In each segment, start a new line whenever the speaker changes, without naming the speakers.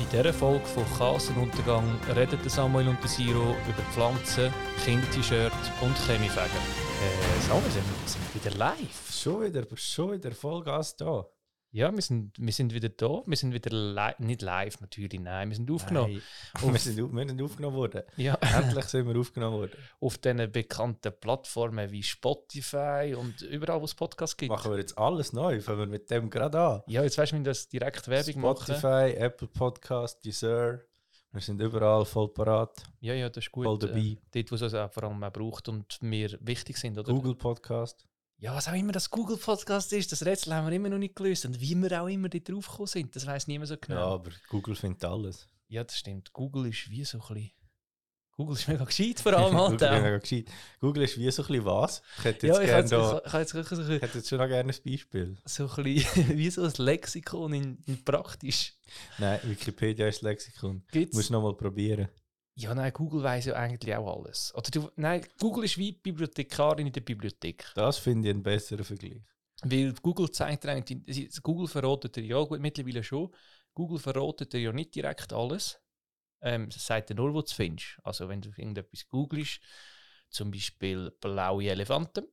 In dieser Folge von Kassenuntergang reden Samuel und der Siro über Pflanzen, Kind-T-Shirt und Chemifäger. Äh, Samuel, sind wir sind wir wieder live.
Schon wieder, schon wieder Vollgas da.
Ja, wir sind, wir sind wieder da. Wir sind wieder live. Nicht live natürlich, nein, wir sind aufgenommen.
Nein. Wir, sind, auf- wir sind aufgenommen worden.
Ja,
Endlich sind wir aufgenommen worden.
auf diesen bekannten Plattformen wie Spotify und überall, wo es Podcasts gibt.
Machen wir jetzt alles neu, fangen wir mit dem gerade an.
Ja, jetzt weißt du, wenn wir das direkt Werbung machen.
Spotify, Apple Podcast, Deezer. Wir sind überall voll parat,
Ja, ja, das ist gut.
voll
Äh,
dabei.
dort, wo es uns auch vor allem auch braucht und mir wichtig sind, oder?
Google Podcast.
Ja, was auch immer das Google Podcast ist, das Rätsel haben wir immer noch nicht gelöst. Und wie wir auch immer dort draufgekommen sind, das weiß niemand so
Ja,
genau. Ja.
aber Google findet alles.
das stimmt. Google ist wie so ein bisschen. Google ist mega gescheit vor allem halt
Google, ist
auch.
mega gescheit. Google ist wie so ein bisschen was. Ich hätte jetzt,
Ja, ich
gern
kann jetzt, ich
da,
kann- ich kann jetzt wirklich so, ein
ich hätte jetzt schon noch gerne ein Beispiel.
bisschen- so ein bisschen wie so ein Lexikon in, in praktisch.
Nein, Wikipedia ist Lexikon.
Gibt's?
Musst du nochmal probieren.
Ja, nein, Google weiß ja eigentlich auch alles. Oder du, nein, Google ist wie die Bibliothekarin in der Bibliothek.
Das finde ich einen besseren Vergleich.
Weil Google zeigt dir eigentlich, sie- Google verrotet dir ja, gut, mittlerweile schon, Google verrotet dir ja nicht direkt alles. Ähm, es sagt dir nur, wo du es findest. Also wenn du irgendetwas googelst, zum Beispiel blaue Elefanten,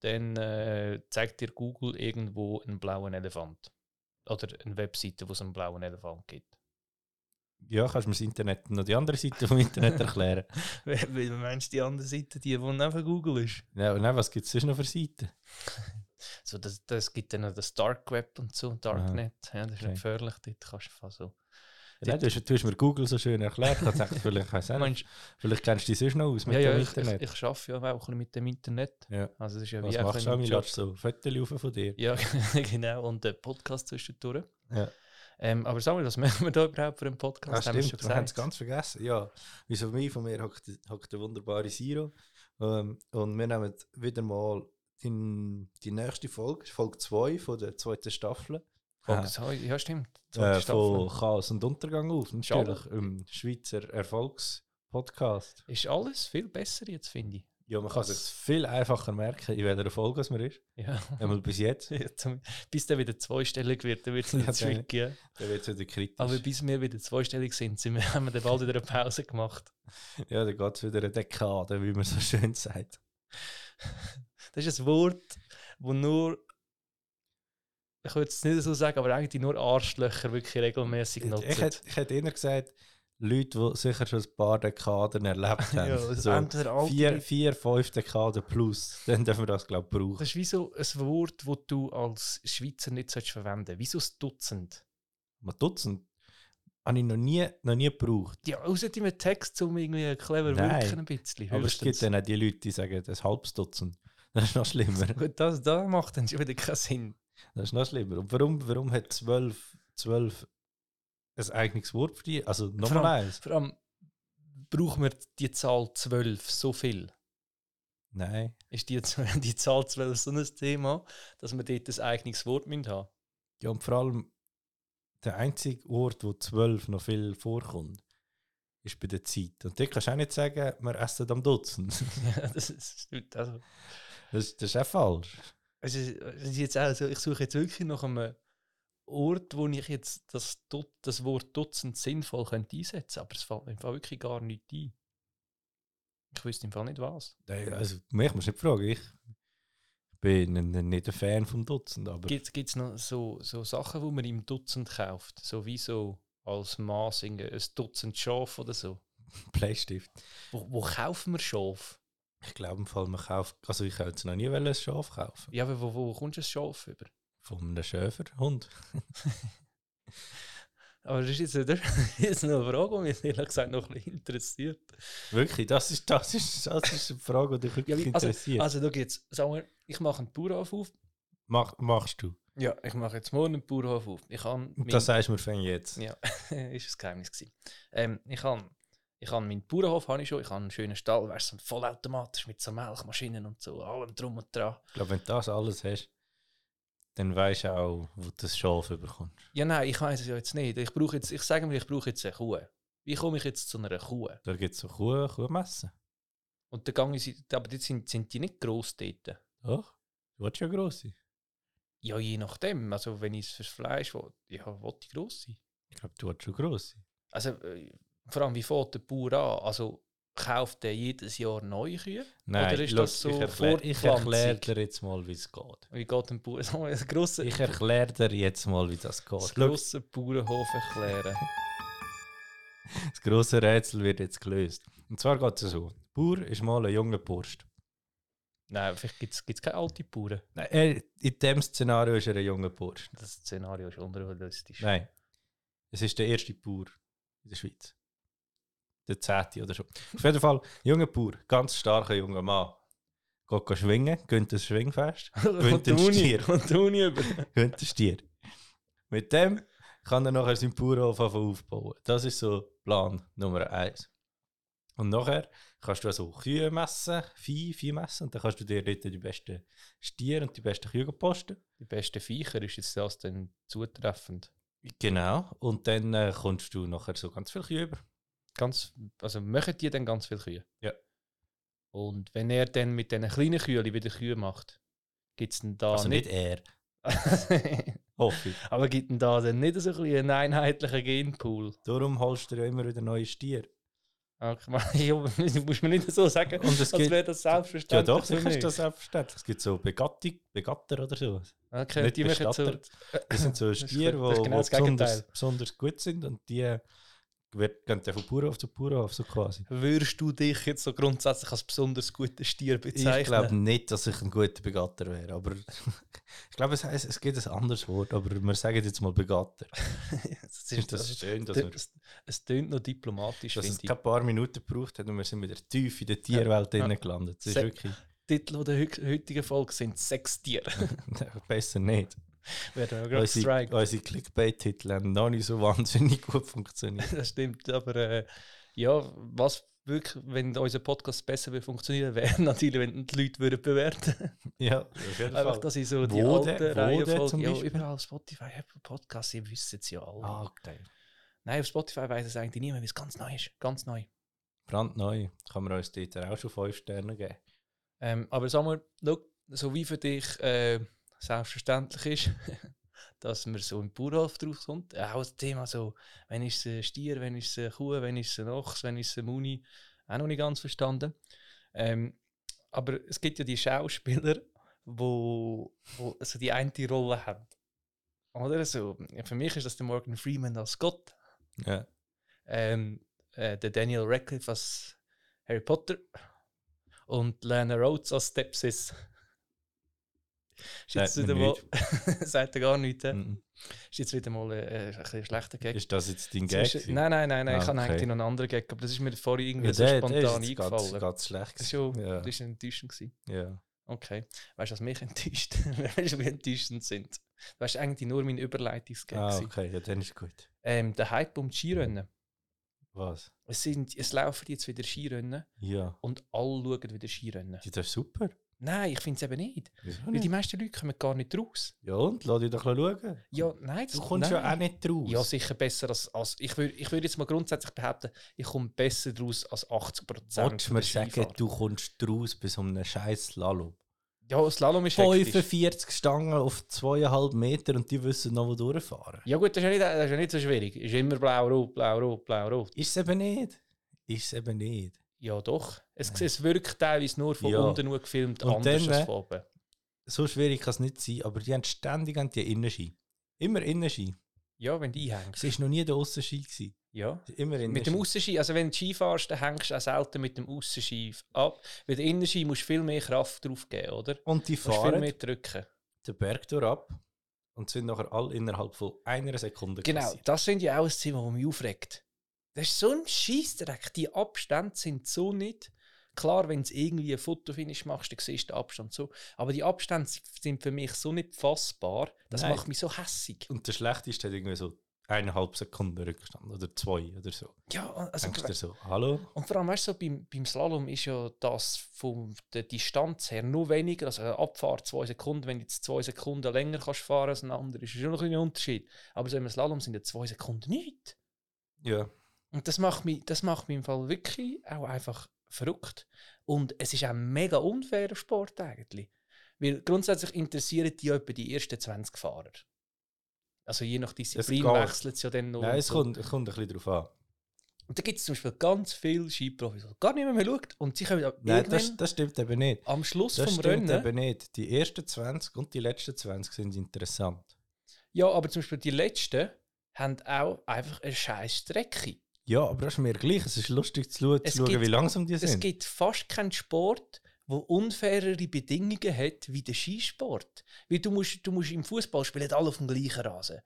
dann äh, zeigt dir Google irgendwo einen blauen Elefant. Oder eine Webseite, wo es einen blauen Elefant gibt.
Ja, kannst du mir das Internet noch die andere Seite vom Internet erklären?
Wie meinst du die andere Seite, die, die nicht von Google ist?
Ja, und dann, was gibt es sonst noch für Seiten?
So, das, das gibt dann noch das Dark Web und so, Darknet. Ja, das ist
okay.
noch gefährlich, dort kannst du fast so.
Ja, nein, du, hast, du hast mir Google so schön erklärt, da dachte ich, vielleicht, weiss auch
Meinst-
nicht, vielleicht kennst du dich sonst noch aus mit
ja, ja,
dem
ich,
Internet.
Ich, ich arbeite ja auch ein bisschen mit dem Internet.
Ja.
Also das ist ja
was
auch ein
machst du, Ami?
bisschen mein
Lässt so Fotos rauf von dir?
Ja, genau. Und äh, Podcast zwischendurch.
Ja.
Ähm, aber Samuel, was machen wir da überhaupt für einen Podcast?
Ah,
wir
stimmt, wir haben es ganz vergessen. Ja, wie von mir, von mir hockt, hockt der wunderbare Siro. Ähm, und wir nehmen wieder mal die, die nächste Folge, ist Folge 2 von der zweiten Staffel,
Folge zwei- Ja, stimmt. Zweite
äh,
Staffel.
von Chaos und Untergang auf.
Schade.
Natürlich, im Schweizer Erfolgspodcast.
Ist alles viel besser jetzt, finde ich.
Ja, man kann
Das-
es viel einfacher merken, in welcher Folge es man ist.
Ja.
Einmal bis jetzt.
Ja, zum- bis dann wieder zweistellig wird, dann wird es
Ja,
nicht
dann-
zurückgehen.
Dann wird es wieder kritisch.
Aber bis wir wieder zweistellig sind, sind wir, haben wir dann bald wieder eine Pause gemacht.
ja, dann geht es wieder eine Dekade, wie man so schön sagt.
Das ist ein Wort, wo nur. Ich würde es nicht so sagen, aber eigentlich nur Arschlöcher wirklich regelmäßig
Ich,
nutzen.
ich, hätte, ich hätte eher gesagt, Leute, die sicher schon ein paar Dekaden erlebt haben.
ja, das
so
ändert auch
vier,
nicht.
vier, fünf Dekaden plus. Dann dürfen wir das, glaube ich, brauchen.
Das ist wie so ein Wort, das du als Schweizer nicht sollst verwenden solltest. Wie so ein Dutzend.
Mal Dutzend habe ich noch nie, noch nie gebraucht.
Ja, außer in einem Text, um irgendwie clever
Nein.
wirken ein bisschen.
Aber es gibt
höchstens.
dann auch die Leute, die sagen, ein halbes Dutzend. Das ist noch schlimmer.
Gut, das, das macht dann schon wieder keinen Sinn.
Das ist noch schlimmer. Und warum, warum hat 12, 12 ein eigenes Wort für dich? Also
Vor
nochmal eins?
Vor allem brauchen wir die Zahl 12 so viel.
Nein.
Ist die, die Zahl 12 so ein Thema, dass wir dort ein eigenes Wort haben müssen?
Ja, und vor allem der einzige Ort, wo 12 noch viel vorkommt, ist bei der Zeit. Und dort kannst du auch nicht sagen, wir essen am Dutzend.
Ja, das ist stimmt. Also,
Das, das ist auch falsch.
es ist, es ist jetzt auch so, ich suche jetzt wirklich nach einem Ort, wo ich jetzt das, Dut- das Wort Dutzend sinnvoll könnte einsetzen könnte, aber es fällt mir im Fall wirklich gar nicht ein. Ich wüsste im Fall nicht was.
Nein, Also, mich musst du nicht fragen. Ich bin n- n- nicht ein Fan vom Dutzend, aber
Gibt es noch so, so Sachen, die man im Dutzend kauft? So wie so als Maß irgendwie ein Dutzend Schaf oder so.
Bleistift.
Wo, wo kaufen wir Schaf?
Ich glaube im Fall, man kauft. Also, ich hätte jetzt noch nie ein Schaf kaufen.
Ja, aber wo, wo kommst du ein Schaf über?
Von einem Schäferhund.
Aber das ist jetzt, das ist jetzt noch eine Frage, die mich ehrlich gesagt noch ein bisschen interessiert.
Wirklich, das ist, das ist, das ist eine Frage, die dich
Ja,
wirklich
wie-
interessiert.
Also, da geht's. Sagen wir, ich mache einen Bauernhof auf.
Mach, machst du.
Ja, ich mache jetzt morgen einen Bauernhof auf. Ich habe
Und das sagst du mir fäng jetzt.
ja, ist ein Geheimnis gewesen. Ähm, ich habe ich habe meinen Bauernhof habe ich schon. Ich habe einen schönen Stall, weißt du, so vollautomatisch mit so Milchmaschinen und so, allem drum und dran.
Ich glaube, wenn du das alles hast, dann weißt du auch, wo du das Schaf überkommst.
Ja, nein, ich weiß es ja jetzt nicht. Ich brauche jetzt, ich sage mir, ich brauche jetzt eine Kuh. Wie komme ich jetzt zu einer Kuh?
Da gibt es so Kuh, Kuhmessen.
Und dann gehe ich, sie- aber die sind, sind die nicht gross dort.
Doch, du willst ja gross sein.
Ja, je nachdem. Also, wenn ich es fürs Fleisch will, ja, will die gross sein.
Ich Ich glaube, du hast schon grosse.
Also, äh, vor allem, wie fängt der Bauer an? Also, kauft der jedes Jahr neue Kühe? Oder ist
schau,
das so
ich erkläre ich
Fortpflanzung?
erklär dir jetzt mal, wie es geht.
Wie geht ein Bauer? So ein grosser,
Ich erkläre dir jetzt mal, wie das geht.
das
Schau,
grosse Bauernhof erklären.
Das grosse Rätsel wird jetzt gelöst. Und zwar geht es so: Bauer ist mal ein junger Bursch.
Nein, vielleicht gibt es keine alte Bauern.
Nein, er, in diesem Szenario ist er ein junger Bursch.
Das Szenario ist unrealistisch.
Nein, es ist der erste Bauer in der Schweiz. Der zehnte oder so. Auf jeden Fall, junger Bauer, ganz starker junger Mann. Geht go schwingen, gönnt das Schwingfest,
Und
Gewinnt
die
den
Uni,
Stier.
und die Uni über.
gönnt den Stier. Mit dem kann er nachher seinen Bauernhof anfangen aufbauen. Das ist so Plan Nummer eins. Und nachher kannst du also Kühe messen, Vieh, Vieh messen und dann kannst du dir dort die besten Stiere und die besten Kühe posten.
Die beste Viecher ist jetzt das dann zutreffend.
Genau, und dann äh, kommst du nachher so ganz viel Kühe über.
Ganz, also machen die dann ganz viele Kühe?
Ja.
Und wenn er dann mit diesen kleinen Kühen wieder Kühe macht, gibt es denn da
Also nicht
Ah, nicht...
er, hoffe ich.
Aber gibt denn da dann nicht so ein bisschen einen einheitlichen Genpool?
Darum holst du ja immer wieder neue Stiere.
Okay, man- ja, muss man nicht so sagen,
Und
als
es gibt...
wäre das selbstverständlich
Ja doch,
für
sicher ist
mich.
das selbstverständlich. Es gibt so Begattung, Begatter oder so.
Okay,
nicht
die machen so...
bestattet. Das sind so
ist
Stiere,
gut, das
die
ist genau das
besonders,
Gegenteil.
besonders gut sind und die äh, wird, gehen dann von Bauernhof zu Bauernhof so quasi.
Würdest du dich jetzt so grundsätzlich als besonders guten Stier bezeichnen?
Ich glaube nicht, dass ich ein guter Begatter wäre, aber ich glaube, es, heisst, es gibt ein anderes Wort, aber wir sagen jetzt mal Begatter.
es
Ist
ist,
das
also,
schön, dass, wir,
es, es tönt noch diplomatisch,
dass es
finde ich.
keine paar Minuten gebraucht hat und wir sind wieder tief in der Tierwelt
Ja.
ja. gelandet. Das ist
Sehr-
wirklich
Die Titel der heut- heutigen Folge sind «Sechs Tiere».
besser nicht.
Werden wir gerade
Unsere,
gestrikt.
unsere Clickbait-Titel haben noch nicht so wahnsinnig gut funktioniert.
Das stimmt, aber äh, ja, was wirklich, wenn unser Podcast besser würde funktionieren, wäre natürlich, wenn die Leute würden bewerten würden.
ja, auf jeden
Einfach, dass ich so die
Wo
alte
denn- wo
Reihe
denn
von...
zum
Ja,
Beispiel?
überall auf Spotify, Apple Podcasts, ihr wisst es ja alle.
Ah, okay.
Nein, auf Spotify weiß es eigentlich niemand, weil es ganz neu ist. Ganz neu.
Brandneu. Kann man uns dort auch schon 5 Sterne geben.
Ähm, aber sag mal, schau, so wie für dich äh, selbstverständlich ist, dass man so im Bauernhof draufkommt, äh, auch das Thema so, wenn ist es ein Stier, wenn ist es eine Kuh, wenn ist es ein Ochs, wenn ist es eine Muni, auch noch nicht ganz verstanden. Ähm, aber es gibt ja die Schauspieler, wo, wo so die eine Rolle haben. Oder so, für mich ist das der Morgan Freeman als Gott,
Ja.
ähm, äh, der Daniel Radcliffe als Harry Potter und Lana Rhodes als Stepsis. Ist jetzt
Sagt
wieder
mir
mal, sagt er gar nichts. hä?
Mhm.
Ist jetzt wieder mal äh, ein bisschen schlechter Gag.
Ist das jetzt dein Gag?
Zwischen- nein, nein, nein, nein,
Ah,
ich habe
okay.
eigentlich noch einen anderen Gag, aber das ist mir vorhin irgendwie
Ja,
so
der- der
spontan
ist jetzt
eingefallen.
Ganz, ganz schlecht.
Das ist schon-
ja.
Das war enttäuschend. Gewesen.
ja.
Okay. Weißt du, was mich enttäuscht? weißt du, wie enttäuschend sind? Das war eigentlich nur mein Überleitungsgag.
Ah,
gewesen.
okay, ja, dann ist gut.
Ähm, der Hype um die Skirennen.
Was?
Es, sind, es laufen jetzt wieder Skirennen.
Ja.
und alle schauen wieder Skirennen.
Ja, Das ist super.
Nein, ich finde es eben nicht.
Wieso
Weil die
nicht?
meisten Leute kommen gar nicht raus.
Ja, und lass dich doch schauen.
Ja, nein, das
Du kommst
nein.
ja auch nicht raus.
Ja, sicher besser als. als ich würde ich würd jetzt mal grundsätzlich behaupten, ich komme besser raus als 80
Wolltest du mir
Prozent.
sagen, du kommst raus bis um einen scheiß Slalom?
Ja, Slalom ist hektisch.
45 Stangen auf zweieinhalb Meter und die wissen noch, wo durchfahren.
Ja, gut, das ist ja, nicht, das ist ja nicht so schwierig. Ist immer blau, rot, blau, rot, blau, rot.
Ist es eben nicht. Ist es eben nicht.
Ja, doch. Es, es wirkt teilweise nur von
Ja.
unten nur gefilmt,
Und
anders
dann,
als
äh,
von oben.
So schwierig kann es nicht sein, aber die haben ständig haben die Innenski. Immer Innenski.
Ja, wenn du einhängst.
Es war noch nie der Aussenski. gewesen.
Ja.
Immer Innenski.
Mit dem Aussenski, also wenn du Ski fährst, dann hängst du auch selten mit dem Aussenski ab. Weil der Innenski musst du viel mehr Kraft drauf geben, oder?
und die
Du musst viel
fahren
mehr drücken.
den Berg durch ab und sind nachher alle innerhalb von einer Sekunde
Genau,
kassiert.
das sind ja auch ein Thema, das mich aufregt. Das ist so ein Scheissdreck. Die Abstände sind so nicht. Klar, wenn du irgendwie ein Fotofinish machst, dann siehst du den Abstand so. Aber die Abstände sind für mich so nicht fassbar. Das
Nein.
macht mich so hässig.
Und der schlechteste hat irgendwie so eineinhalb Sekunden Rückstand oder zwei oder so.
Ja, also
Denkst du dir so, hallo?
Und vor allem, weißt du, so, beim, beim Slalom ist ja das von der Distanz her nur weniger, also eine Abfahrt zwei Sekunden, wenn du jetzt zwei Sekunden länger kannst fahren als ein anderer, ist schon noch ein kleiner Unterschied. Aber so im Slalom sind ja zwei Sekunden nichts.
Ja.
Und das macht, mich, das macht mich im Fall wirklich auch einfach verrückt. Und es ist auch ein mega unfairer Sport eigentlich. Weil grundsätzlich interessieren die ja etwa die ersten 20 Fahrer. Also je nach Disziplin
geht.
wechselt es ja dann noch.
Nein,
und
es
so.
kommt, es kommt ein bisschen drauf an.
Und da gibt es zum Beispiel ganz viele Skiprofis, die gar nicht mehr, mehr schaut. Und sie können auch
Nein,
irgendwann
das, das stimmt eben nicht.
am Schluss
Das
vom
stimmt
Rennen.
eben nicht. Die ersten 20 und die letzten 20 sind interessant.
Ja, aber zum Beispiel die letzten haben auch einfach eine scheiß Strecke.
Ja, aber das ist mir gleich. Es ist lustig zu schauen,
Es
zu schauen
gibt-
wie langsam die
Es
sind.
gibt fast keinen Sport, wo unfairere Bedingungen hat wie der Skisport. Weil du musst, du musst im Fußball spielen alle auf dem gleichen Rasen.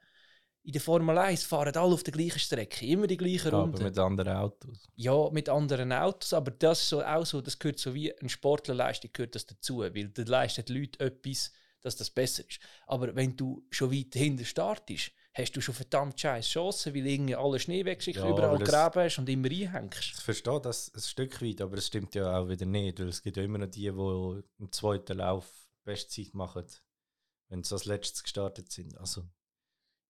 In der Formel 1 fahren alle auf der gleichen Strecke, immer die gleichen
aber
Runden.
mit anderen Autos.
Ja, mit anderen Autos, aber das ist so, auch so, das gehört so wie ein Sportlerleistung gehört das dazu, weil da leisten die Leute etwas, dass das besser ist. Aber wenn du schon weit hinter startest, hast du schon verdammt scheiß Chancen, weil irgendwie alle Schnee wegschickt,
Ja,
überall
aber das-
Gräben hast und immer einhängst.
Ich verstehe das ein Stück weit, aber es stimmt ja auch wieder nicht, weil es gibt ja immer noch die, die im zweiten Lauf Bestzeit machen, wenn sie als letztes gestartet sind. Also,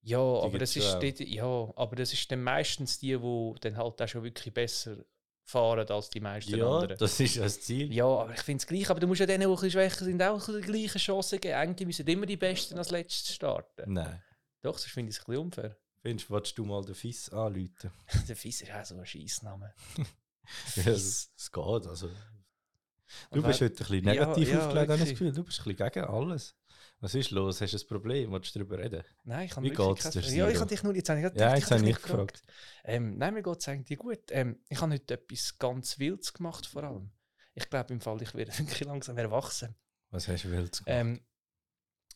Ja, aber
gibt's
das ist
auch.
dort- ja, aber das ist dann meistens die, wo dann halt auch schon wirklich besser fahren als die meisten
ja,
anderen.
das ist das Ziel.
Ja, aber ich finde es gleich, aber du musst ja denen, die ein bisschen schwächer sind, auch die gleichen Chancen geben. Eigentlich müssen immer die Besten als letztes starten.
Nein.
Doch, sonst finde ich es ein bisschen unfair.
Findest du, willst du mal den Fiss anrufen?
Der Fiss ist auch so ein Scheissname.
Ja, es, es geht. Also. Du
Und
bist
wer-
heute ein bisschen
Ja,
negativ
ja,
aufgelegt, habe ich das
wirklich.
Gefühl. Du bist ein bisschen gegen alles. Was ist los? Hast du ein Problem? Willst du darüber reden?
Nein, ich habe
Wie
wirklich
geht's
kein-
dir,
Ja, ich
Siro?
habe dich nur jetzt habe ich gerade-
Ja,
ich
ich
habe
habe
dich
nicht
nicht
gefragt.
Ähm, nein, mir geht es eigentlich gut. Ähm, ich habe heute etwas ganz Wildes gemacht, vor allem. Ich glaube im Fall, ich werde wirklich langsam erwachsen.
Was hast du willst?
Ähm,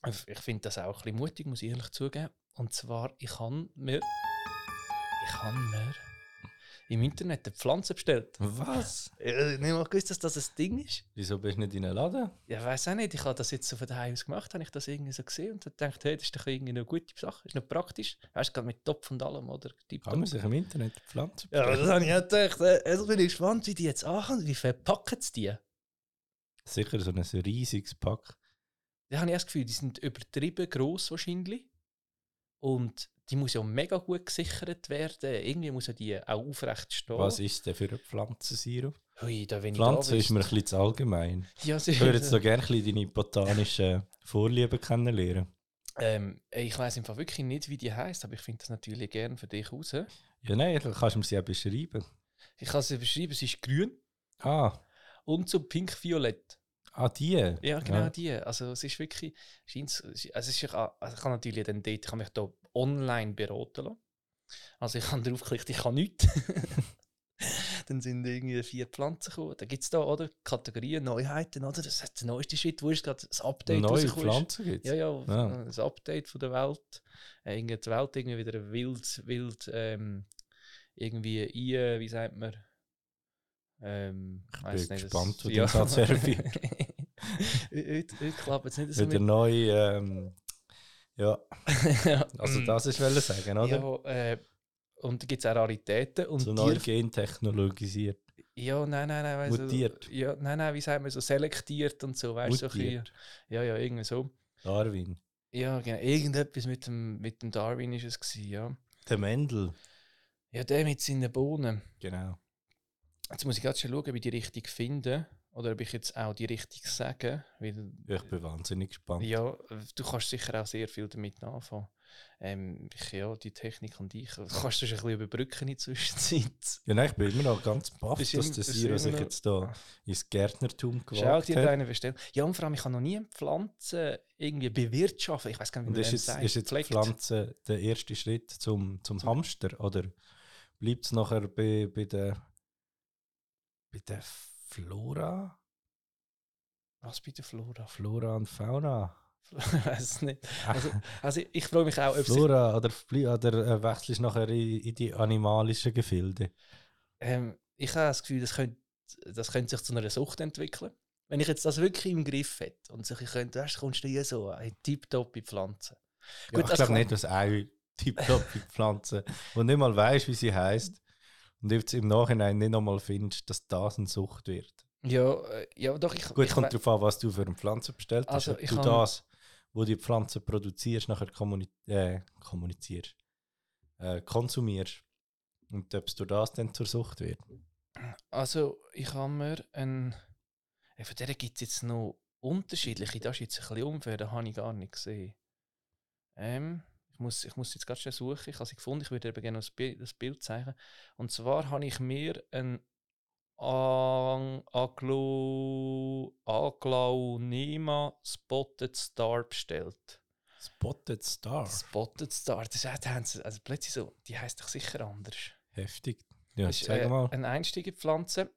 ich- ich finde das auch ein bisschen mutig, muss ich ehrlich zugeben. Und zwar, ich habe mir, ich habe mir im Internet eine Pflanze bestellt.
Was?
Ich habe Äh, nicht mal gewusst, dass das ein Ding ist.
Wieso bist du nicht in den Laden?
Ja, ich weiß auch nicht. Ich habe das jetzt so von daheim aus gemacht, habe ich das irgendwie so gesehen und habe gedacht, hey, das ist doch irgendwie eine gute Sache, ist noch praktisch. Weißt du, gerade mit Topf und allem, oder?
Kann man
Tipptopp.
sich im Internet Pflanzen
Ja, aber
bestellen?
das habe ich auch gedacht. Äh, Jetzt bin ich gespannt, wie die jetzt ankommen, wie verpacken sie die?
Sicher so ein riesiges Pack.
Da habe ich erst das Gefühl, die sind übertrieben gross wahrscheinlich. Und die muss ja mega gut gesichert werden. Irgendwie muss ja die auch aufrecht stehen.
Was ist denn für eine Pflanze, Siro?
Ui, da bin
Pflanze
ich
ist mir ein bisschen zu allgemein.
Ja,
Ich
sicher.
würde jetzt so gerne ein bisschen deine botanischen Vorlieben kennenlernen.
ähm, ich weiß im Fall wirklich nicht, wie die heißt, aber ich finde das natürlich gerne für dich raus.
Ja, nein, dann kannst du mir sie auch beschreiben.
Ich kann sie beschreiben, sie ist grün.
Ah,
Und so pink-violett.
ah die.
Ja, genau
Ja.
die. eh, Also es ist wirklich, scheint's, es ist- also es ist, auch- also ich kann natürlich dann dort, ich kann mich da online beraten lassen. Also ich habe draufgeklickt, ich kann nichts. dann sind irgendwie vier Pflanzen gekommen. Da gibt es da, oder? Kategorien, Neuheiten, oder? Das ist der neueste Shit, wo ist gerade das Update
Neue
rausgekommen ist.
Pflanzen gibt es.
Ja, ja,
Ja.
das Update von der Welt. Äh, irgendwie die Welt irgendwie wieder wild, wild ähm, irgendwie ein, wie sagt man? Ähm, ich
bin gespannt, halt wo dein Satz herführt.
heute, heute klappt es nicht so
Wieder
mit.
neu. Ähm, ja,
Ja,
also
mm,
das ist wollte ich sagen, oder?
Ja, äh, und da gibt es auch Raritäten. Und
so neu
Tier,
gentechnologisiert.
ja, nein, nein, nein. weiss-
Mutiert.
Ja, nein, nein, wie sagt man, so selektiert und so. Weißt, so ein bisschen,
Mutiert.
ja, ja, irgendwie so.
Darwin.
Ja, genau. Irgendetwas mit dem, mit dem Darwin ist es gewesen, ja.
Der Mendel.
Ja, der mit seinen Bohnen.
Genau.
Jetzt muss ich gerade schon schauen, ob ich die richtig finde. Oder ob ich jetzt auch die richtig sage. Weil,
Ich bin wahnsinnig gespannt.
ja, äh, du kannst sicher auch sehr viel damit anfangen. Ähm, ich, ja, die Technik und ich. Du kannst das ein bisschen überbrücken in der Zwischenzeit.
Ja, nein, ich bin immer noch ganz baff,
Bist
dass
immer-
der
bist
Siro
immer
sich
noch-
jetzt da ins Gärtnertum
Schau
gewagt
dir da
hat.
einen bestellen. Ja, und vor allem, ich kann noch nie eine Pflanze irgendwie bewirtschaften. Ich weiß gar nicht,
Und
wie man
ist
dem
jetzt,
sagt.
ist jetzt die
Pflegt.
Pflanze der erste Schritt zum, zum Hamster? Oder bleibt es nachher bei, bei, der, bei der Flora?
Was bei der Flora?
Flora und Fauna?
ich weiß es nicht. Also, also ich freue mich auch, ob sich
Flora oder, fli- oder äh, wechselst nachher in, in die animalischen Gefilde?
Ähm, ich habe das Gefühl, das könnte, das könnte sich zu einer Sucht entwickeln. Wenn ich jetzt das wirklich im Griff hätte und so, ich könnte, weißt, du, kommst du hier so, hey, tipptopp in Pflanzen.
Ja,
Gut,
ich
das
glaube
kann-
nicht, dass eine Tipptopp-Pflanze, wo nicht mal weiß, wie sie heißt und jetzt im Nachhinein nicht nochmal findest, dass das eine Sucht wird.
Ja, äh, ja doch, ich,
Gut,
ich
kommt
we-
darauf an, was du für eine Pflanze bestellt hast.
Also,
Ob
ich
du
kann-
das, wo die Pflanze produzierst, nachher kommuni äh, kommunizierst, äh, konsumierst. Und ob es durch das dann zur Sucht wird.
also ich habe mir einen, Ey, von denen gibt es jetzt noch unterschiedliche, das ist jetzt ein bisschen unfair, da habe ich gar nicht gesehen. Ähm, Ich muss, ich muss sie jetzt ganz schnell suchen. Ich habe sie gefunden. Ich würde eben gerne das Bild, das Bild zeigen. Und zwar habe ich mir einen Ang- Aglo- Aglaonema Spotted Star bestellt.
Spotted Star.
Spotted Star, das ist auch, die haben sie- also plötzlich so, die heißt doch sicher anders.
Heftig. Ja,
Das ist
zeig
äh,
mal.
eine Einstiegepflanze,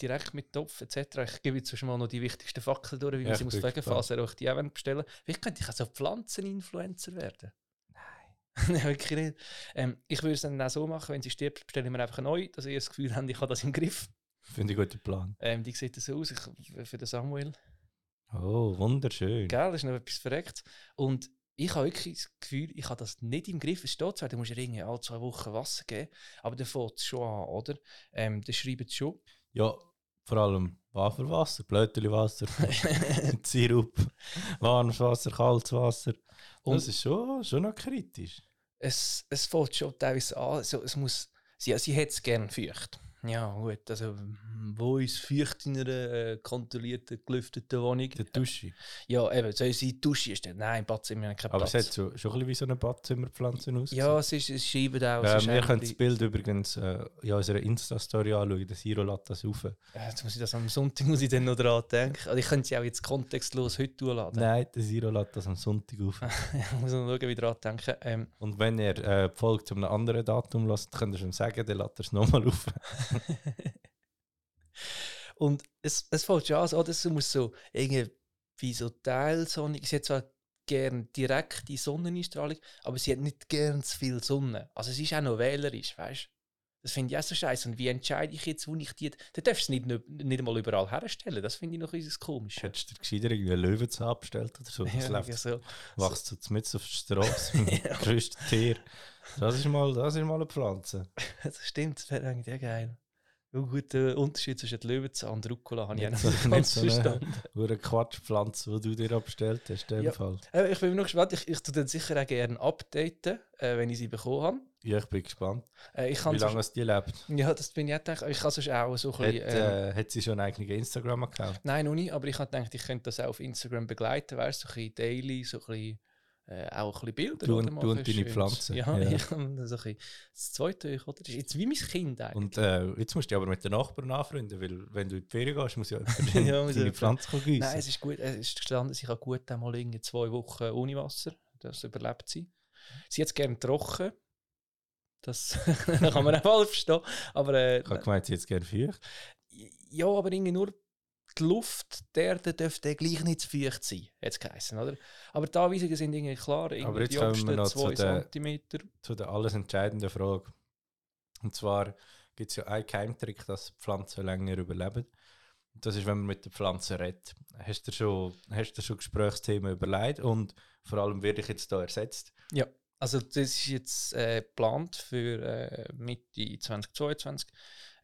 direkt mit Topf etc. Ich gebe jetzt schon mal noch die wichtigsten Fakten durch, wie
Ja,
man sie
ich
muss
bin
pflegen, falls ihr euch die auch wollt bestellen wollt. Vielleicht könnte ich auch so Pflanzeninfluencer werden. Nein. Nein, wirklich nicht. Ähm, ich würde es dann auch so machen, wenn sie stirbt, bestelle ich mir einfach neu, dass ihr das Gefühl habt, ich habe das im Griff.
Finde ich einen guten Plan.
Ähm, die sieht so aus, ich, für den Samuel.
Oh, wunderschön.
Gell, das ist noch etwas verreckt. Und ich habe wirklich das Gefühl, ich habe das nicht im Griff. Es steht zwar, du musst ja irgendwie alle zwei Wochen Wasser geben, aber dann fängt es schon an, oder? Ähm, das schreibt es schon.
Ja, vor allem Waferwasser, Blöteliwasser, Sirup, warmes Wasser, kaltes Wasser.
Und-
das ist schon, schon noch kritisch.
es, es fängt schon teilweise an, also es muss, sie, sie hätte es gerne feucht. Ja gut, also mm, wo ist feucht in einer äh, kontrollierten, gelüfteten Wohnung?
Der Dusche.
Ja eben, soll sie in die Dusche stellen? Nein, im Badzimmer haben wir keinen
Aber es hat
Platz.
so, schon ein bisschen wie so eine Badzimmerpflanze aus.
Ja, es ist, es schreibt auch. Also es ist
ähm, ihr
ein
könnt das
bisschen-
Bild übrigens äh, in unserer Insta-Story anschauen. Der Siro lädt das auf.
Äh, Jetzt muss ich das am Sonntag muss ich dann noch dran denken. Also ich könnte sie auch jetzt kontextlos heute laden.
Nein, der Siro lädt das am Sonntag auf.
ich muss noch schauen, wie dran denken. Ähm,
Und wenn ihr äh, die Folge zu einem anderen Datum lasst, könnt ihr schon sagen, dann lädt er es nochmal auf.
und es, es fällt schon an, so, das muss so irgendwie so Teilsonne. Sie hat zwar gern direkte Sonneneinstrahlung, aber sie hat nicht gern zu viel Sonne. Also es ist auch noch wählerisch, weißt du? Das finde ich auch so scheiße. Und wie entscheide ich jetzt, wo ich die. Da darfst du es nicht, nicht mal überall herstellen. Das finde ich noch etwas komisch.
Hättest du dir gescheiter irgendwie einen Löwenzahn abgestellt oder so? Das läuft
so.
wachst du zumindest auf der Straße mit
Ja.
dem grössten Tier. Das ist, mal, das ist mal eine Pflanze.
Das stimmt, das wäre eigentlich auch geil. Ja, gut, der Unterschied zwischen den Löwenzahn und Rucola habe ich auch
Nicht
noch
so-
nicht
nicht
ganz
so ne? eine-
verstanden.
Nur eine Quatschpflanze, die du dir abgestellt hast. In dem
Ja.
Fall.
Äh, Ich bin mir noch gespannt. Ich, ich tue dann sicher auch gerne updaten, äh, wenn ich sie bekommen habe.
Ja, ich bin gespannt,
Äh, ich kann
wie lange es die lebt.
sonst- ja, das bin ich auch gedacht. Ich kann sonst auch so ein
Hat,
bisschen... ähm,
äh, hat sie schon einen eigenen Instagram-Account?
Nein, noch nicht, aber ich habe gedacht, ich könnte das auch auf Instagram begleiten, weißt du, so ein bisschen daily, so ein bisschen, äh, auch ein bisschen Bilder.
Du
oder?
und-
Mal
du
ein
und
bisschen
deine
Schönes.
Pflanzen,
Ja,
ja.
ich habe so ein bisschen das zweite, oder? Das ist jetzt wie mein Kind eigentlich.
Und äh, jetzt musst du dich aber mit den Nachbarn anfreunden, weil wenn du in die Ferien gehst, muss ja jemand
Ja, muss
deine
jemand-
Pflanze gießen.
Nein, es ist gut, es ist gestanden, sie kann gut einmal irgendwie zwei Wochen ohne Wasser, das überlebt sie. Sie hat es gerne trocken, das kann man auch falsch verstehen, aber äh,
ich habe gemeint, sie jetzt gerne feucht.
ja, aber irgendwie nur die Luft der Erde dürfte gleich nicht zu feucht sein, hat es geheißen, oder? Aber die Anweisungen sind irgendwie klar, irgendwie
Aber jetzt
die
kommen
obersten
wir noch zu
zwei
den-
Zentimeter.
Zu der alles entscheidenden Frage. Und zwar gibt es ja einen Keimtrick, dass Pflanzen länger überleben. Das ist, wenn man mit der Pflanze redet. Hast du dir schon, hast du dir schon Gesprächsthemen überlegt und vor allem werde ich jetzt da ersetzt.
Also das ist jetzt äh, geplant für äh, Mitte 2022.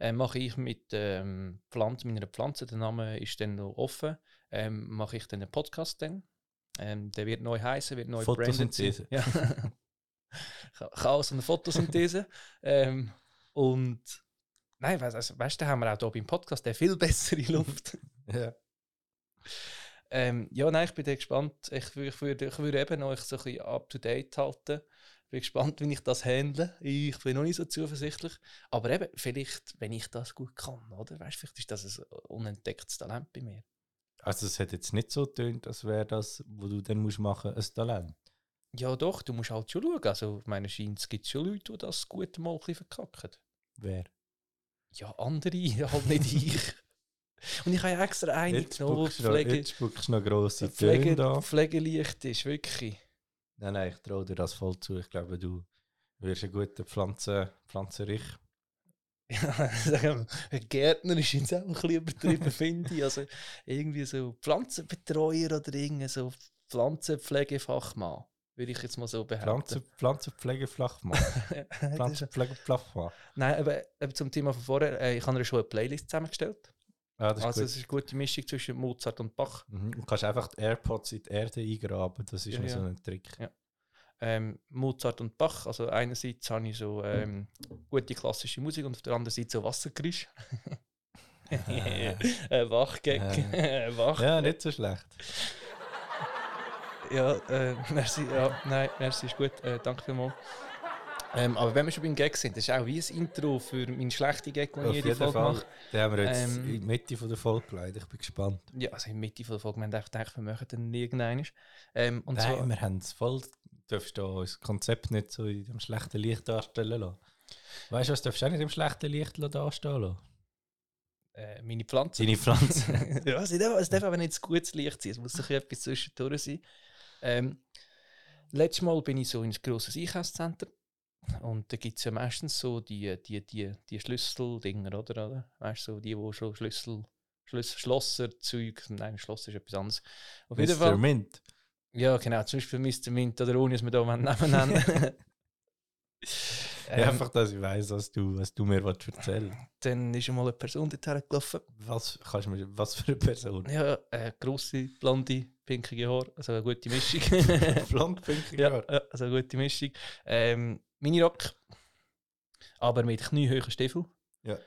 Äh, mache ich mit ähm, Pflanzen, meiner Pflanze, der Name ist dann noch offen, ähm, mache ich dann einen Podcast dann. Ähm, der wird neu heißen, wird neu branded sein.
Photosynthese.
Ja. Cha- Chaos und Photosynthese. ähm, und nein, weißt, also, weißt du, da haben wir auch hier beim Podcast eine viel bessere Luft.
Ja.
Ähm, ja, nein, ich bin dann gespannt. Ich, wür- ich, würde, ich würde eben euch so ein bisschen up to date halten. Ich bin gespannt, wie ich das handle. Ich bin noch nicht so zuversichtlich. Aber eben, vielleicht, wenn ich das gut kann, oder? Weißt, vielleicht ist das ein unentdecktes Talent bei mir.
Also es hat jetzt nicht so tönt, als wäre das, was du dann musst machen, ein Talent.
Ja, doch, du musst halt schon schauen. Also, ich meine, scheint, es gibt schon Leute, die das gut mal ein bisschen verkacken.
Wer?
Ja, andere, halt nicht ich. Und ich habe ja extra eine
Jetzt
genommen, die
spuckst du noch,
Pflege,
jetzt spuckst du noch grosse Töne
Pflege,
da.
Pflegelicht ist, wirklich.
Nein, nein, ich traue dir das voll zu. Ich glaube, du wirst ein guter Pflanzen, Pflanzenrich.
Ja, sagen wir, Gärtner ist jetzt auch ein bisschen übertrieben, finde ich. Also irgendwie so Pflanzenbetreuer oder irgendwie so Pflanzenpflegefachmann, würde ich jetzt mal so behaupten.
Pflanzen, Pflanzenpflegeflachmann. Pflanzenpflegeflachmann.
Nein, aber, aber zum Thema von vorher, äh, ich habe dir schon eine Playlist zusammengestellt.
Ah, das ist
also
gut.
es ist eine gute Mischung zwischen Mozart und Bach.
Mhm. Du kannst einfach die AirPods in die Erde eingraben. Das ist
Ja,
noch
ja.
so ein Trick.
ähm, Mozart und Bach. Also einerseits habe ich so ähm, gute klassische Musik und auf der anderen Seite so Wassergeräusche. Ein Wachgag.
Äh.
Ein Wach.
Ja, nicht so schlecht.
Ja, äh, merci. Ja, nein, merci, ist gut. Äh, danke vielmals. Ähm, aber wenn wir schon beim Gag sind, das ist auch wie ein Intro für meinen schlechten Gag, den
Auf
ich jede
jeden
Folge
Fall.
mache.
Den haben wir jetzt
Ähm.
in die Mitte von der Folge geleitet. Ich bin gespannt.
Ja, also in der Mitte von der Folge, wir haben einfach gedacht, wir machen den irgendeinen. Ähm, und
Nein,
zwar,
wir haben es voll. Du darfst da unser Konzept nicht so in dem schlechten Licht darstellen lassen. Weißt du was, darfst du auch nicht im schlechten Licht la- darstellen lassen?
äh, meine Pflanze.
Seine Pflanzen.
ja, es darf, es darf aber nicht zu gutes Licht sein, es muss doch etwas zwischendurch sein. Ähm, letztes Mal bin ich so ins grosses Einkaufszentrum und da gibt es ja meistens so die, die, die, die Schlüsseldinger, oder? oder? Weißt du, so die, die schon Schlüssel, Schlüssel Schlosserzeug, nein, Schloss ist etwas anderes. Auf jeden
Mr.
Fall,
Mint.
ja genau, zum Beispiel Mr. Mint oder Unis, wir da mal Namen nennen.
ja,
ähm,
einfach, dass ich weiss, was du, was du mir willst erzählen
dann ist einmal eine Person dorthin gelaufen
Was, kannst du mir, was für eine Person?
Ja, äh, grosse, blonde, pinkige Haare, also eine gute Mischung. ja,
Blondpinkiger.
ja, also eine gute Mischung. Ähm, Minirock, Ah, aber mit kniehöhen Stiefel.
Ja.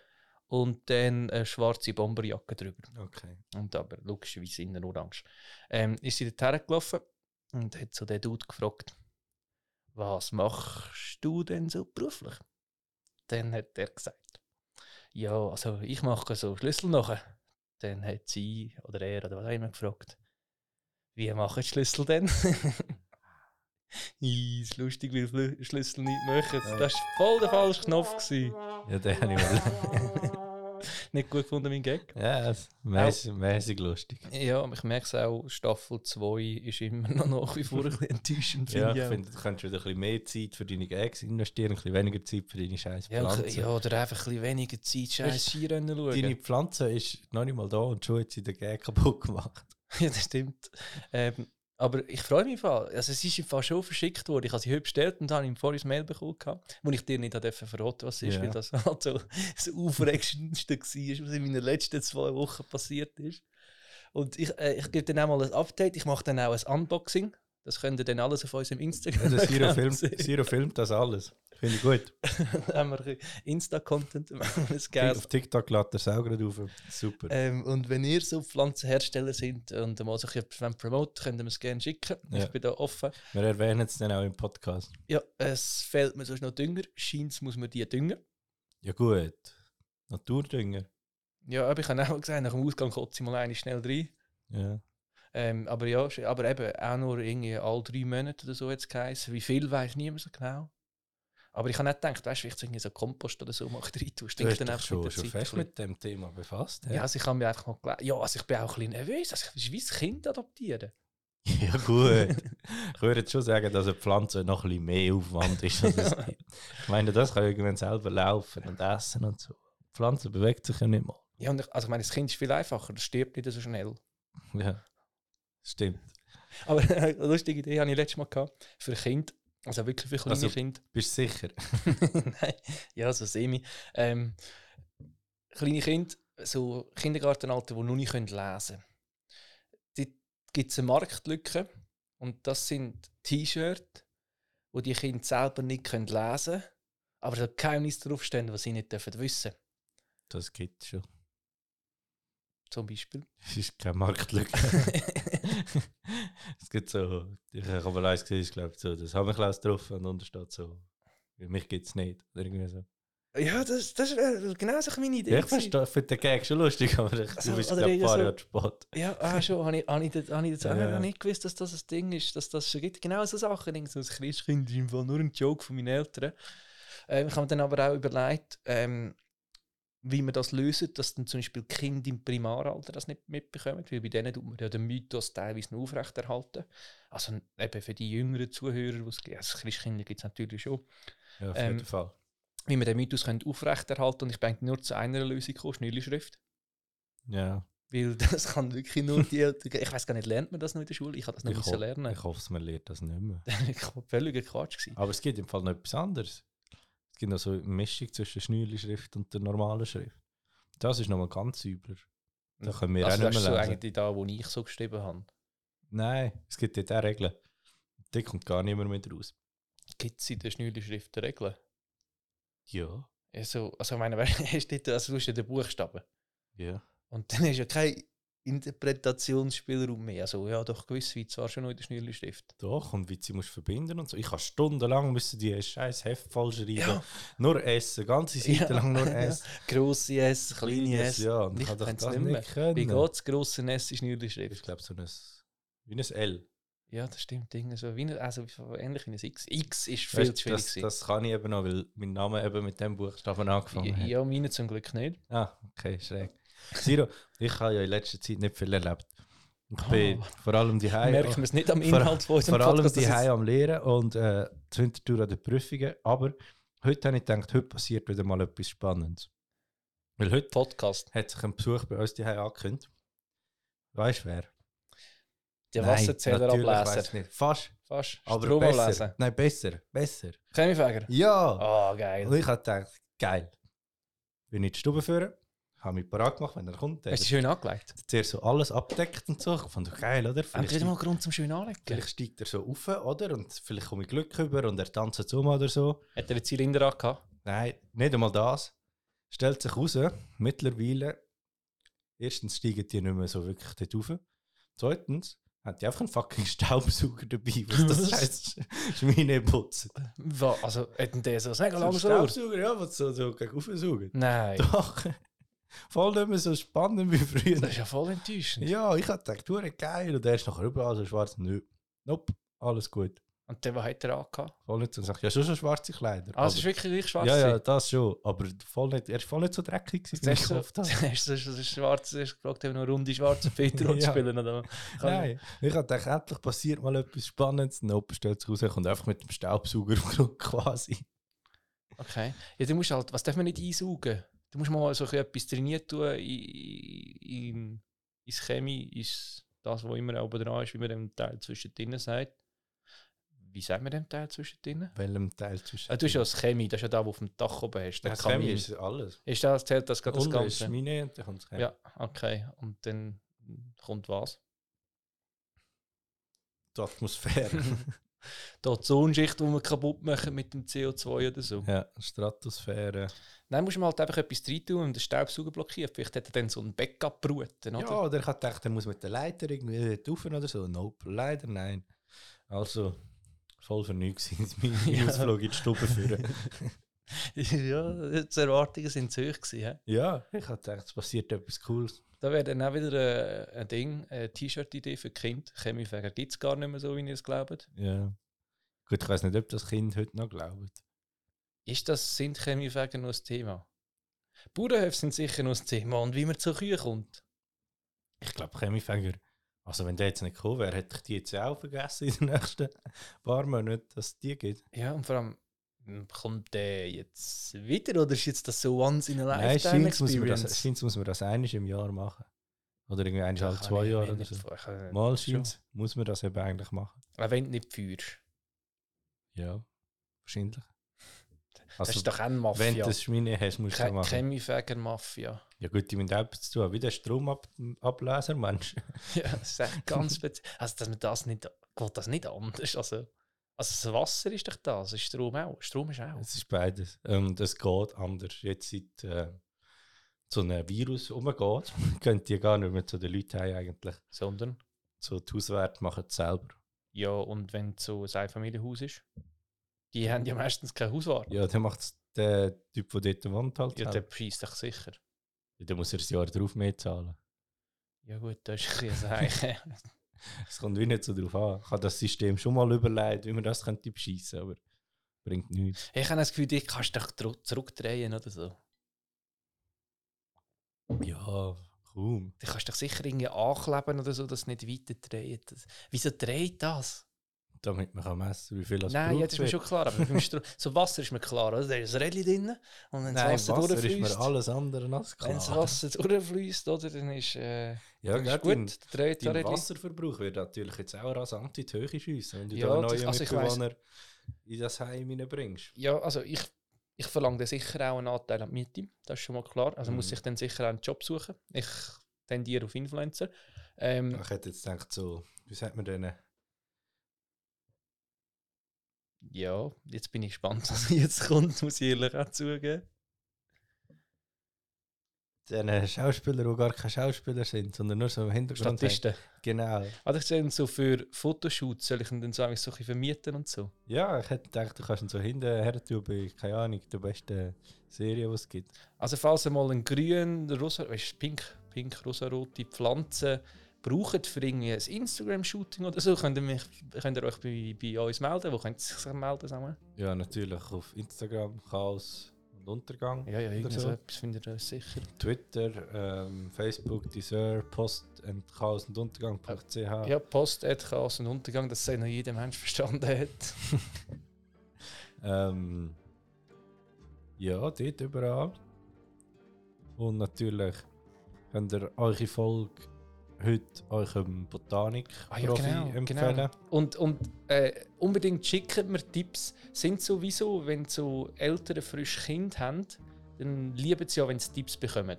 Und dann eine schwarze Bomberjacke drüber.
Okay.
Und aber logischerweise innen orange. Ähm, ist sie dorthin gelaufen und hat so den Dude gefragt, was machst du denn so beruflich? Dann hat er gesagt, ja, also ich mache so Schlüssel nachher. Dann hat sie oder er oder was auch immer gefragt, wie machen die Schlüssel denn? Ih, ist lustig, weil Flü- Schlüssel nicht machen.
Ja.
Das war voll der falsche Knopf. Gewesen.
Ja, den habe ich mal.
Nicht gut gefunden, mein Gag.
ja, es ist mäßig, mäßig lustig.
Ja, ich merke es auch, Staffel 2 ist immer noch nach wie vor ein bisschen enttäuschend.
Ja,
finde
ich
auch.
finde, du könntest wieder ein bisschen mehr Zeit für deine Gags investieren, ein bisschen weniger Zeit für deine scheiß
ja,
Pflanzen.
ich- ja, oder einfach ein bisschen weniger Zeit scheiß Skirennen schauen.
Deine Pflanze ist noch nicht mal da und schon hat sie den Gag kaputt gemacht.
Ja, das stimmt. Ähm, aber ich freue mich im Fall. Also es ist im Fall schon verschickt worden. Ich habe sie heute bestellt und habe im Vorhinein Mail bekommen, gehabt, wo ich dir nicht habe dürfen verraten was es ist,
Ja.
weil das halt so das Aufregendste war, was in meinen letzten zwei Wochen passiert ist. Und ich, äh, ich gebe dann auch mal ein Update. Ich mache dann auch ein Unboxing. Das könnt ihr dann alles auf unserem Instagram.
Also Siro filmt, Siro filmt das alles. Finde ich gut.
haben wir ein bisschen Insta-Content, machen wir es gerne.
Auf TikTok lädt er es auch gerade auf. Super.
Ähm, und wenn ihr so Pflanzenhersteller sind und mal so ein bisschen promoten, könnt ihr mir es gerne schicken.
Ja.
Ich bin da offen.
Wir erwähnen es dann auch im Podcast.
Ja, es fehlt mir sonst noch Dünger. Scheint, muss man die düngen.
Ja gut. Naturdünger.
Ja, aber ich habe auch gesagt, nach dem Ausgang kotze ich mal eine schnell rein.
Ja.
Ähm, aber ja, sch- aber eben auch nur irgendwie alle drei Monate oder so jetzt geheißen. Wie viel weiß niemand so genau. Aber ich habe nicht gedacht, weißt du, vielleicht so irgendwie so Kompost oder so macht rein, du
Du hast
stinkst dann
dich
einfach mit
schon,
der
schon
Zeit.
fest
ein bisschen.
mit dem Thema befasst.
Ja,
Ja,
also ich habe mir einfach mal gelesen. Ja, also ich bin auch ein bisschen nervös. Also ich bin wie ein Kind adoptieren.
ja gut. ich würde jetzt schon sagen, dass eine Pflanze noch ein bisschen mehr Aufwand ist. Als es gibt. ich meine, das kann irgendwann selber laufen und essen und so. Die Pflanze bewegt sich ja nicht mal.
Ja, und ich, also ich meine, das Kind ist viel einfacher, das stirbt nicht so schnell.
Ja. Stimmt.
Aber eine lustige Idee habe ich letztes Mal gehabt, für Kind, also wirklich für kleine
Also-
Kinder.
Bist du sicher?
Nein, ja, so sehe ich. Ähm, kleine Kinder, so Kindergartenalter, die noch nicht können lesen können. gibt es eine Marktlücke und das sind T-Shirts, wo die Kinder selber nicht können lesen können, aber so Geheimnisse draufstehen, die sie nicht dürfen wissen
Das gibt es schon.
Zum Beispiel.
Es ist keine Marktlücke. es gibt so, ich habe mal eins gesehen, ich glaube, so, das haben wir drauf und unten steht so, für mich gibt es nicht. Oder irgendwie so.
Ja, das, das wäre genau so meine Idee.
Ja, ich verstehe, ich finde den Gag schon lustig, aber ich,
Also,
du bist
oder
gerade ein
irgendwie so-
paar Jahre spät.
Ja, ah, schon, habe ich, habe ich, das- habe ich das auch
Ja.
noch nicht gewusst, dass das ein Ding ist, dass das schon gibt. Genau so Sachen. Irgend So ein Christkind ist im Fall nur ein Joke von meinen Eltern. Ähm, ich habe mir dann aber auch überlegt, ähm, wie man das lösen, dass dann zum Beispiel die Kinder im Primaralter das nicht mitbekommen, weil bei denen tut man ja den Mythos teilweise noch aufrechterhalten. Also eben für die jüngeren Zuhörer, die es gibt, also Christkinder gibt es natürlich schon,
Ja, auf
Ähm,
jeden Fall.
wie man den Mythos könnte aufrechterhalten und ich bin nur zu einer Lösung gekommen, schnelle Schrift.
Ja,
Weil das kann wirklich nur die Eltern. Ich weiß gar nicht, lernt man das noch in der Schule? Ich habe das noch
Ich
müssen
hoffe-
lernen.
ich Ah, hoffe, man lernt das nicht mehr.
Ich war völliger Quatsch. Gewesen.
Aber es gibt im Fall noch etwas anderes. Es gibt noch so eine Mischung zwischen Schnürli-Schrift und der normalen Schrift. Das ist nochmal ganz übler. Da können wir
also
auch
das
nicht
ist so
mehr lesen.
eigentlich die da, wo ich so geschrieben habe.
Nein, es gibt dort auch Regeln. Da kommt gar niemand mehr raus.
Gibt es in der Schnürli-Schrift Regeln?
Ja,
Also, also ich meine, weißt du, hast du dort- also du hast ja den Buchstaben.
ja.
Und dann ist ja kein Interpretationsspielraum mehr. Also ja, doch gewiss, wie zwar schon noch in der Schnürlischrift.
Doch, und wie sie musst verbinden und so. Ich habe stundenlang müssen die scheiß Heft falsch schreiben. Nur essen, ganze Seite
Ja.
lang nur
Ja.
essen.
Grosse S, kleine S.
Ja, und ich
Ich
habe doch
kann's
das
nicht mehr.
nicht können.
Wie geht es? Grosse S ist
Ich
Schnürlischrift.
glaube, so ein, wie ein L.
Ja, das stimmt. Dinge so wie, ein- also wie- ähnlich wie ein X. X ist viel
Weißt,
zu schwierig.
das,
gewesen.
das kann ich eben noch, weil mein Name eben mit dem Buchstaben angefangen hat.
ja, meine zum Glück nicht.
Ah, okay, schräg. Siro, ich habe ja in letzter Zeit nicht viel erlebt. Ich bin
Ah.
vor allem die
Merkt man es nicht am
oh. vor-
Inhalt von unserem
Vor allem
Podcast.
die
dass es-
Hause am Lehren und äh, zu Winterthur an den Prüfungen. Aber heute habe ich gedacht, heute passiert wieder mal etwas Spannendes. Weil heute
Podcast.
hat sich ein Besuch bei uns die angekündigt. Weißt du wer?
Der
Nein, natürlich weiss
Wasserzählerableser.
nicht. Fast,
Fast.
aber
Strom
besser.
ablesen.
Nein, besser, besser.
Chemifäger.
Ja!
Oh, geil.
Und ich habe gedacht, geil. Bin in die Stube führen, habe mich parat gemacht, wenn er kommt. Der
Hast du schön angelegt?
zuerst so alles abdeckt und so. Ich fand doch geil, oder?
Endlich
Vielleicht,
wieder mal Grund zum schön anlegen.
vielleicht steigt er so auf, oder? Und vielleicht komme ich Glück über und er tanzt so mal oder so.
Hat er einen Zylinder angehabt?
Nein, nicht einmal das. Stellt sich heraus, mittlerweile, erstens steigen die nicht mehr so wirklich dort rauf. Zweitens haben die einfach einen fucking Staubsauger dabei, was das
Was?
scheiß Schweine putzen.
Wa- Also, hat denn der so ein mega
So ein
langes Ohr?
Staubsauger, ja, was so, so gegen raufsaugen.
Nein.
Doch, voll nicht mehr so spannend wie früher.
Das ist ja voll enttäuschend.
Ja, ich hatte gedacht, du geil. Und der ist nachher überall so schwarz. Nö, nope, alles gut.
Und der, was hat er angehabt?
Voll nicht so, sagt, ja, schon so schwarze Kleider.
Ah, es ist
aber,
wirklich gleich schwarz.
ja, ja, das schon. Aber voll nicht, er ist voll nicht so dreckig, gewesen, wie
Das
ich
ist so,
gehofft habe.
das ist so- so schwarz, hast gefragt, ob er noch runde schwarze Peter
Ja.
ja. spielen oder
Nein, ich habe gedacht, endlich passiert mal etwas Spannendes. Nope, stellt sich raus, er kommt einfach mit dem Staubsauger auf den Grund quasi.
Okay. Ja, du musst halt, was darf man nicht einsaugen? Du musst mal so ein bisschen etwas trainiert tun in, in, ins Chemie, ist das, was immer oben dran ist, wie man dem Teil zwischendrin sagt. Wie sagt man dem Teil zwischendrin?
Welchem Teil zwischen?
Ah, du hast ja das Chemie, das ist ja da, wo du auf dem Dach oben hast.
das
der Kamin.
Chemie ist alles.
Ist das, zählt das gerade das
Unten ist
Ganze?
Schmine und dann kommt das Chemie.
Ja, okay. Und dann kommt was?
Die Atmosphäre.
Die Ozonschicht, die wir kaputt machen mit dem CO2 oder so.
ja, Stratosphäre.
Nein, musst du mal halt einfach etwas rein tun und den Staubsauger blockiert. Vielleicht hat er dann so einen Backup-Bruten, oder?
Ja, oder ich habe gedacht, er muss mit der Leiter irgendwie rauf oder so. Nope, leider nein. Also, voll vernünftig sind
Ja.
meine Ausflug in die Stube führen.
ja, die Erwartungen sind zu hoch. Gewesen, hä?
ja, ich habe gedacht, es passiert etwas Cooles.
da wäre dann auch wieder äh, ein Ding, eine T-Shirt-Idee für Kind. Chemiefäger gibt es gar nicht mehr so, wie ihr es glaubt.
Ja. Gut, ich weiß nicht, ob das Kind heute noch glaubt.
Ist das, sind Chemiefäger noch ein Thema? Bauernhöfe sind sicher noch ein Thema und wie man zu Kühen kommt.
Ich glaube, Chemiefänger. Also, wenn der jetzt nicht gekommen wäre, hätte ich die jetzt auch vergessen in den nächsten paar Monaten, dass es die gibt.
Ja, und vor allem, m, kommt der jetzt wieder oder ist jetzt das so once in a
Nein,
lifetime
scheint muss, man
experience?
das, scheint's muss man das eines im Jahr machen. Oder irgendwie eines alle
Kann
halt
ich
zwei
mir
Jahre oder
nicht
so.
vor- kann-
Mal
schon.
scheint muss man das eben eigentlich machen.
Auch wenn du nicht führst.
Ja, wahrscheinlich.
Das
Also,
ist doch auch eine
wenn du
Mafia.
das Schmine hast, musst du das
Ke
machen.
Chemiefäger-Mafia.
Ja gut, die müssen auch etwas zu tun. Wie der Stromablaser, Mensch.
Ja, das ist echt ganz speziell. Also, dass man das nicht, geht das nicht anders. Also, also das Wasser ist doch das, ist Strom auch. Strom ist auch.
Es ist beides. Und es geht anders. Jetzt seit äh, so einem Virus umgeht, könnt ihr gar nicht mehr zu den Leuten heim eigentlich.
Sondern,
So die Hauswerte machen es selber.
ja, und wenn es so ein Einfamilienhaus ist, die haben ja meistens keinen Hauswart.
Ja, dann macht es der Typ, der dort wohnt, halt
Ja, der
selber.
bescheißt dich sicher.
Ja, dann muss er das Jahr drauf mehr zahlen.
Ja, gut, das ist ein bisschen ein Zeichen.
Es kommt wie nicht so drauf an. Ich habe das System schon mal überlegt, wie man das könnte bescheissen, aber bringt nichts.
Ich habe das Gefühl, die kannst du doch dr- zurückdrehen oder so.
Ja, kaum.
Die kannst du doch sicher irgendwie ankleben oder so, dass es nicht weiter dreht. Das- Wieso dreht das?
Damit man kann messen wie viel das
Nein,
gebraucht
jetzt ist mir
wird.
schon klar. Aber beim Stro- so Wasser ist mir klar, oder? Da ist ein Rädchen drin und wenn
Nein,
das
Wasser,
Wasser
ist
durchfließt,
mir alles andere als
wenn das
klar.
Wasser durchfließt, oder, dann ist, äh,
Ja,
dann ist
gut.
gut, dann
Dein,
dreht das
dein
Rädchen.
Wasserverbrauch wird natürlich jetzt auch rasant in die Höhe schiessen, wenn du
Ja,
da einen
das-
neuen
also ich weiss-
Mitbewohner in das Heim hineinbringst.
Ja, also ich, ich verlange dann sicher auch einen Anteil an die Miete, das ist schon mal klar. Also muss
Mhm.
ich dann sicher auch einen Job suchen. Ich tendiere auf Influencer. Ähm,
Ich hätte jetzt gedacht, so, wie sagt man denn?
ja. jetzt bin ich gespannt, was jetzt kommt, muss ich ehrlich auch zugeben.
diesen Schauspielern, die gar keine Schauspieler sind, sondern nur so im Hintergrund.
Statisten.
haben. Genau.
Also ich soll ihn so für Fotoshoots soll ich ihn dann so, ein bisschen vermieten und so.
Ja, ich hätte gedacht, du kannst ihn so hinten her tun bei, keine Ahnung, der besten Serie, die es gibt.
Also falls ihr mal einen grünen, rosa, weißt, pink, pink, rosarote Pflanze braucht für irgendwie ein Instagram-Shooting oder so, könnt ihr, mich, könnt ihr euch bei, bei uns melden. Wo könnt ihr sich melden? Zusammen?
Ja, natürlich auf Instagram, Chaos und Untergang.
Ja, ja,
irgendwie
irgendwie
so.
so etwas findet ihr sicher.
Twitter, ähm, Facebook, Deezer, Post und Chaos und Untergang.ch.
Ja, Post, Ad, Chaos und Untergang, dass es noch jeder Mensch verstanden hat.
Ähm, ja, dort überall. Und natürlich könnt ihr eure Folge heute eurem Botanik-Profi
Ah ja, genau,
empfehlen.
genau. Und, und äh, unbedingt schickt mir Tipps. Sind sowieso, wenn so Eltern frisch Kind haben, dann lieben sie ja, wenn sie Tipps bekommen.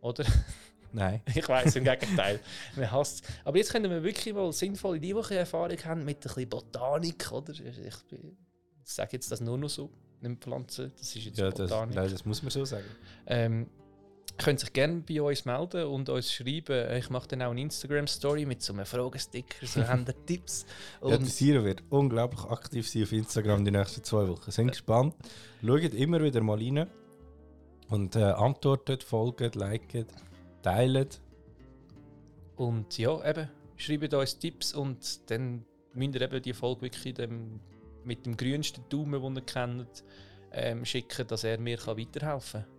Oder?
Nein.
Ich weiß im Gegenteil. Man hasst es. Aber jetzt können wir wirklich mal sinnvolle die Woche Erfahrung haben mit ein bisschen Botanik, oder? Ich, bin- ich sage jetzt das nur noch so. Nicht Pflanzen, das ist jetzt
Ja, das, nein,
Botanik.
das muss man so sagen.
Ähm, könnt sich gerne bei uns melden und uns schreiben. Ich mache dann auch eine Instagram-Story mit so einem Fragesticker, so haben ihr Tipps.
Ja, der
Und
Siro wird unglaublich aktiv sein auf Instagram die nächsten zwei Wochen. Sind gespannt. Schaut immer wieder mal rein. Und äh, antwortet, folgt, liket, teilt.
Und ja, eben, schreibt uns Tipps und dann müsst ihr eben die Folge wirklich dem, mit dem grünsten Daumen, den ihr kennt, ähm, schicken, dass er mir kann weiterhelfen kann.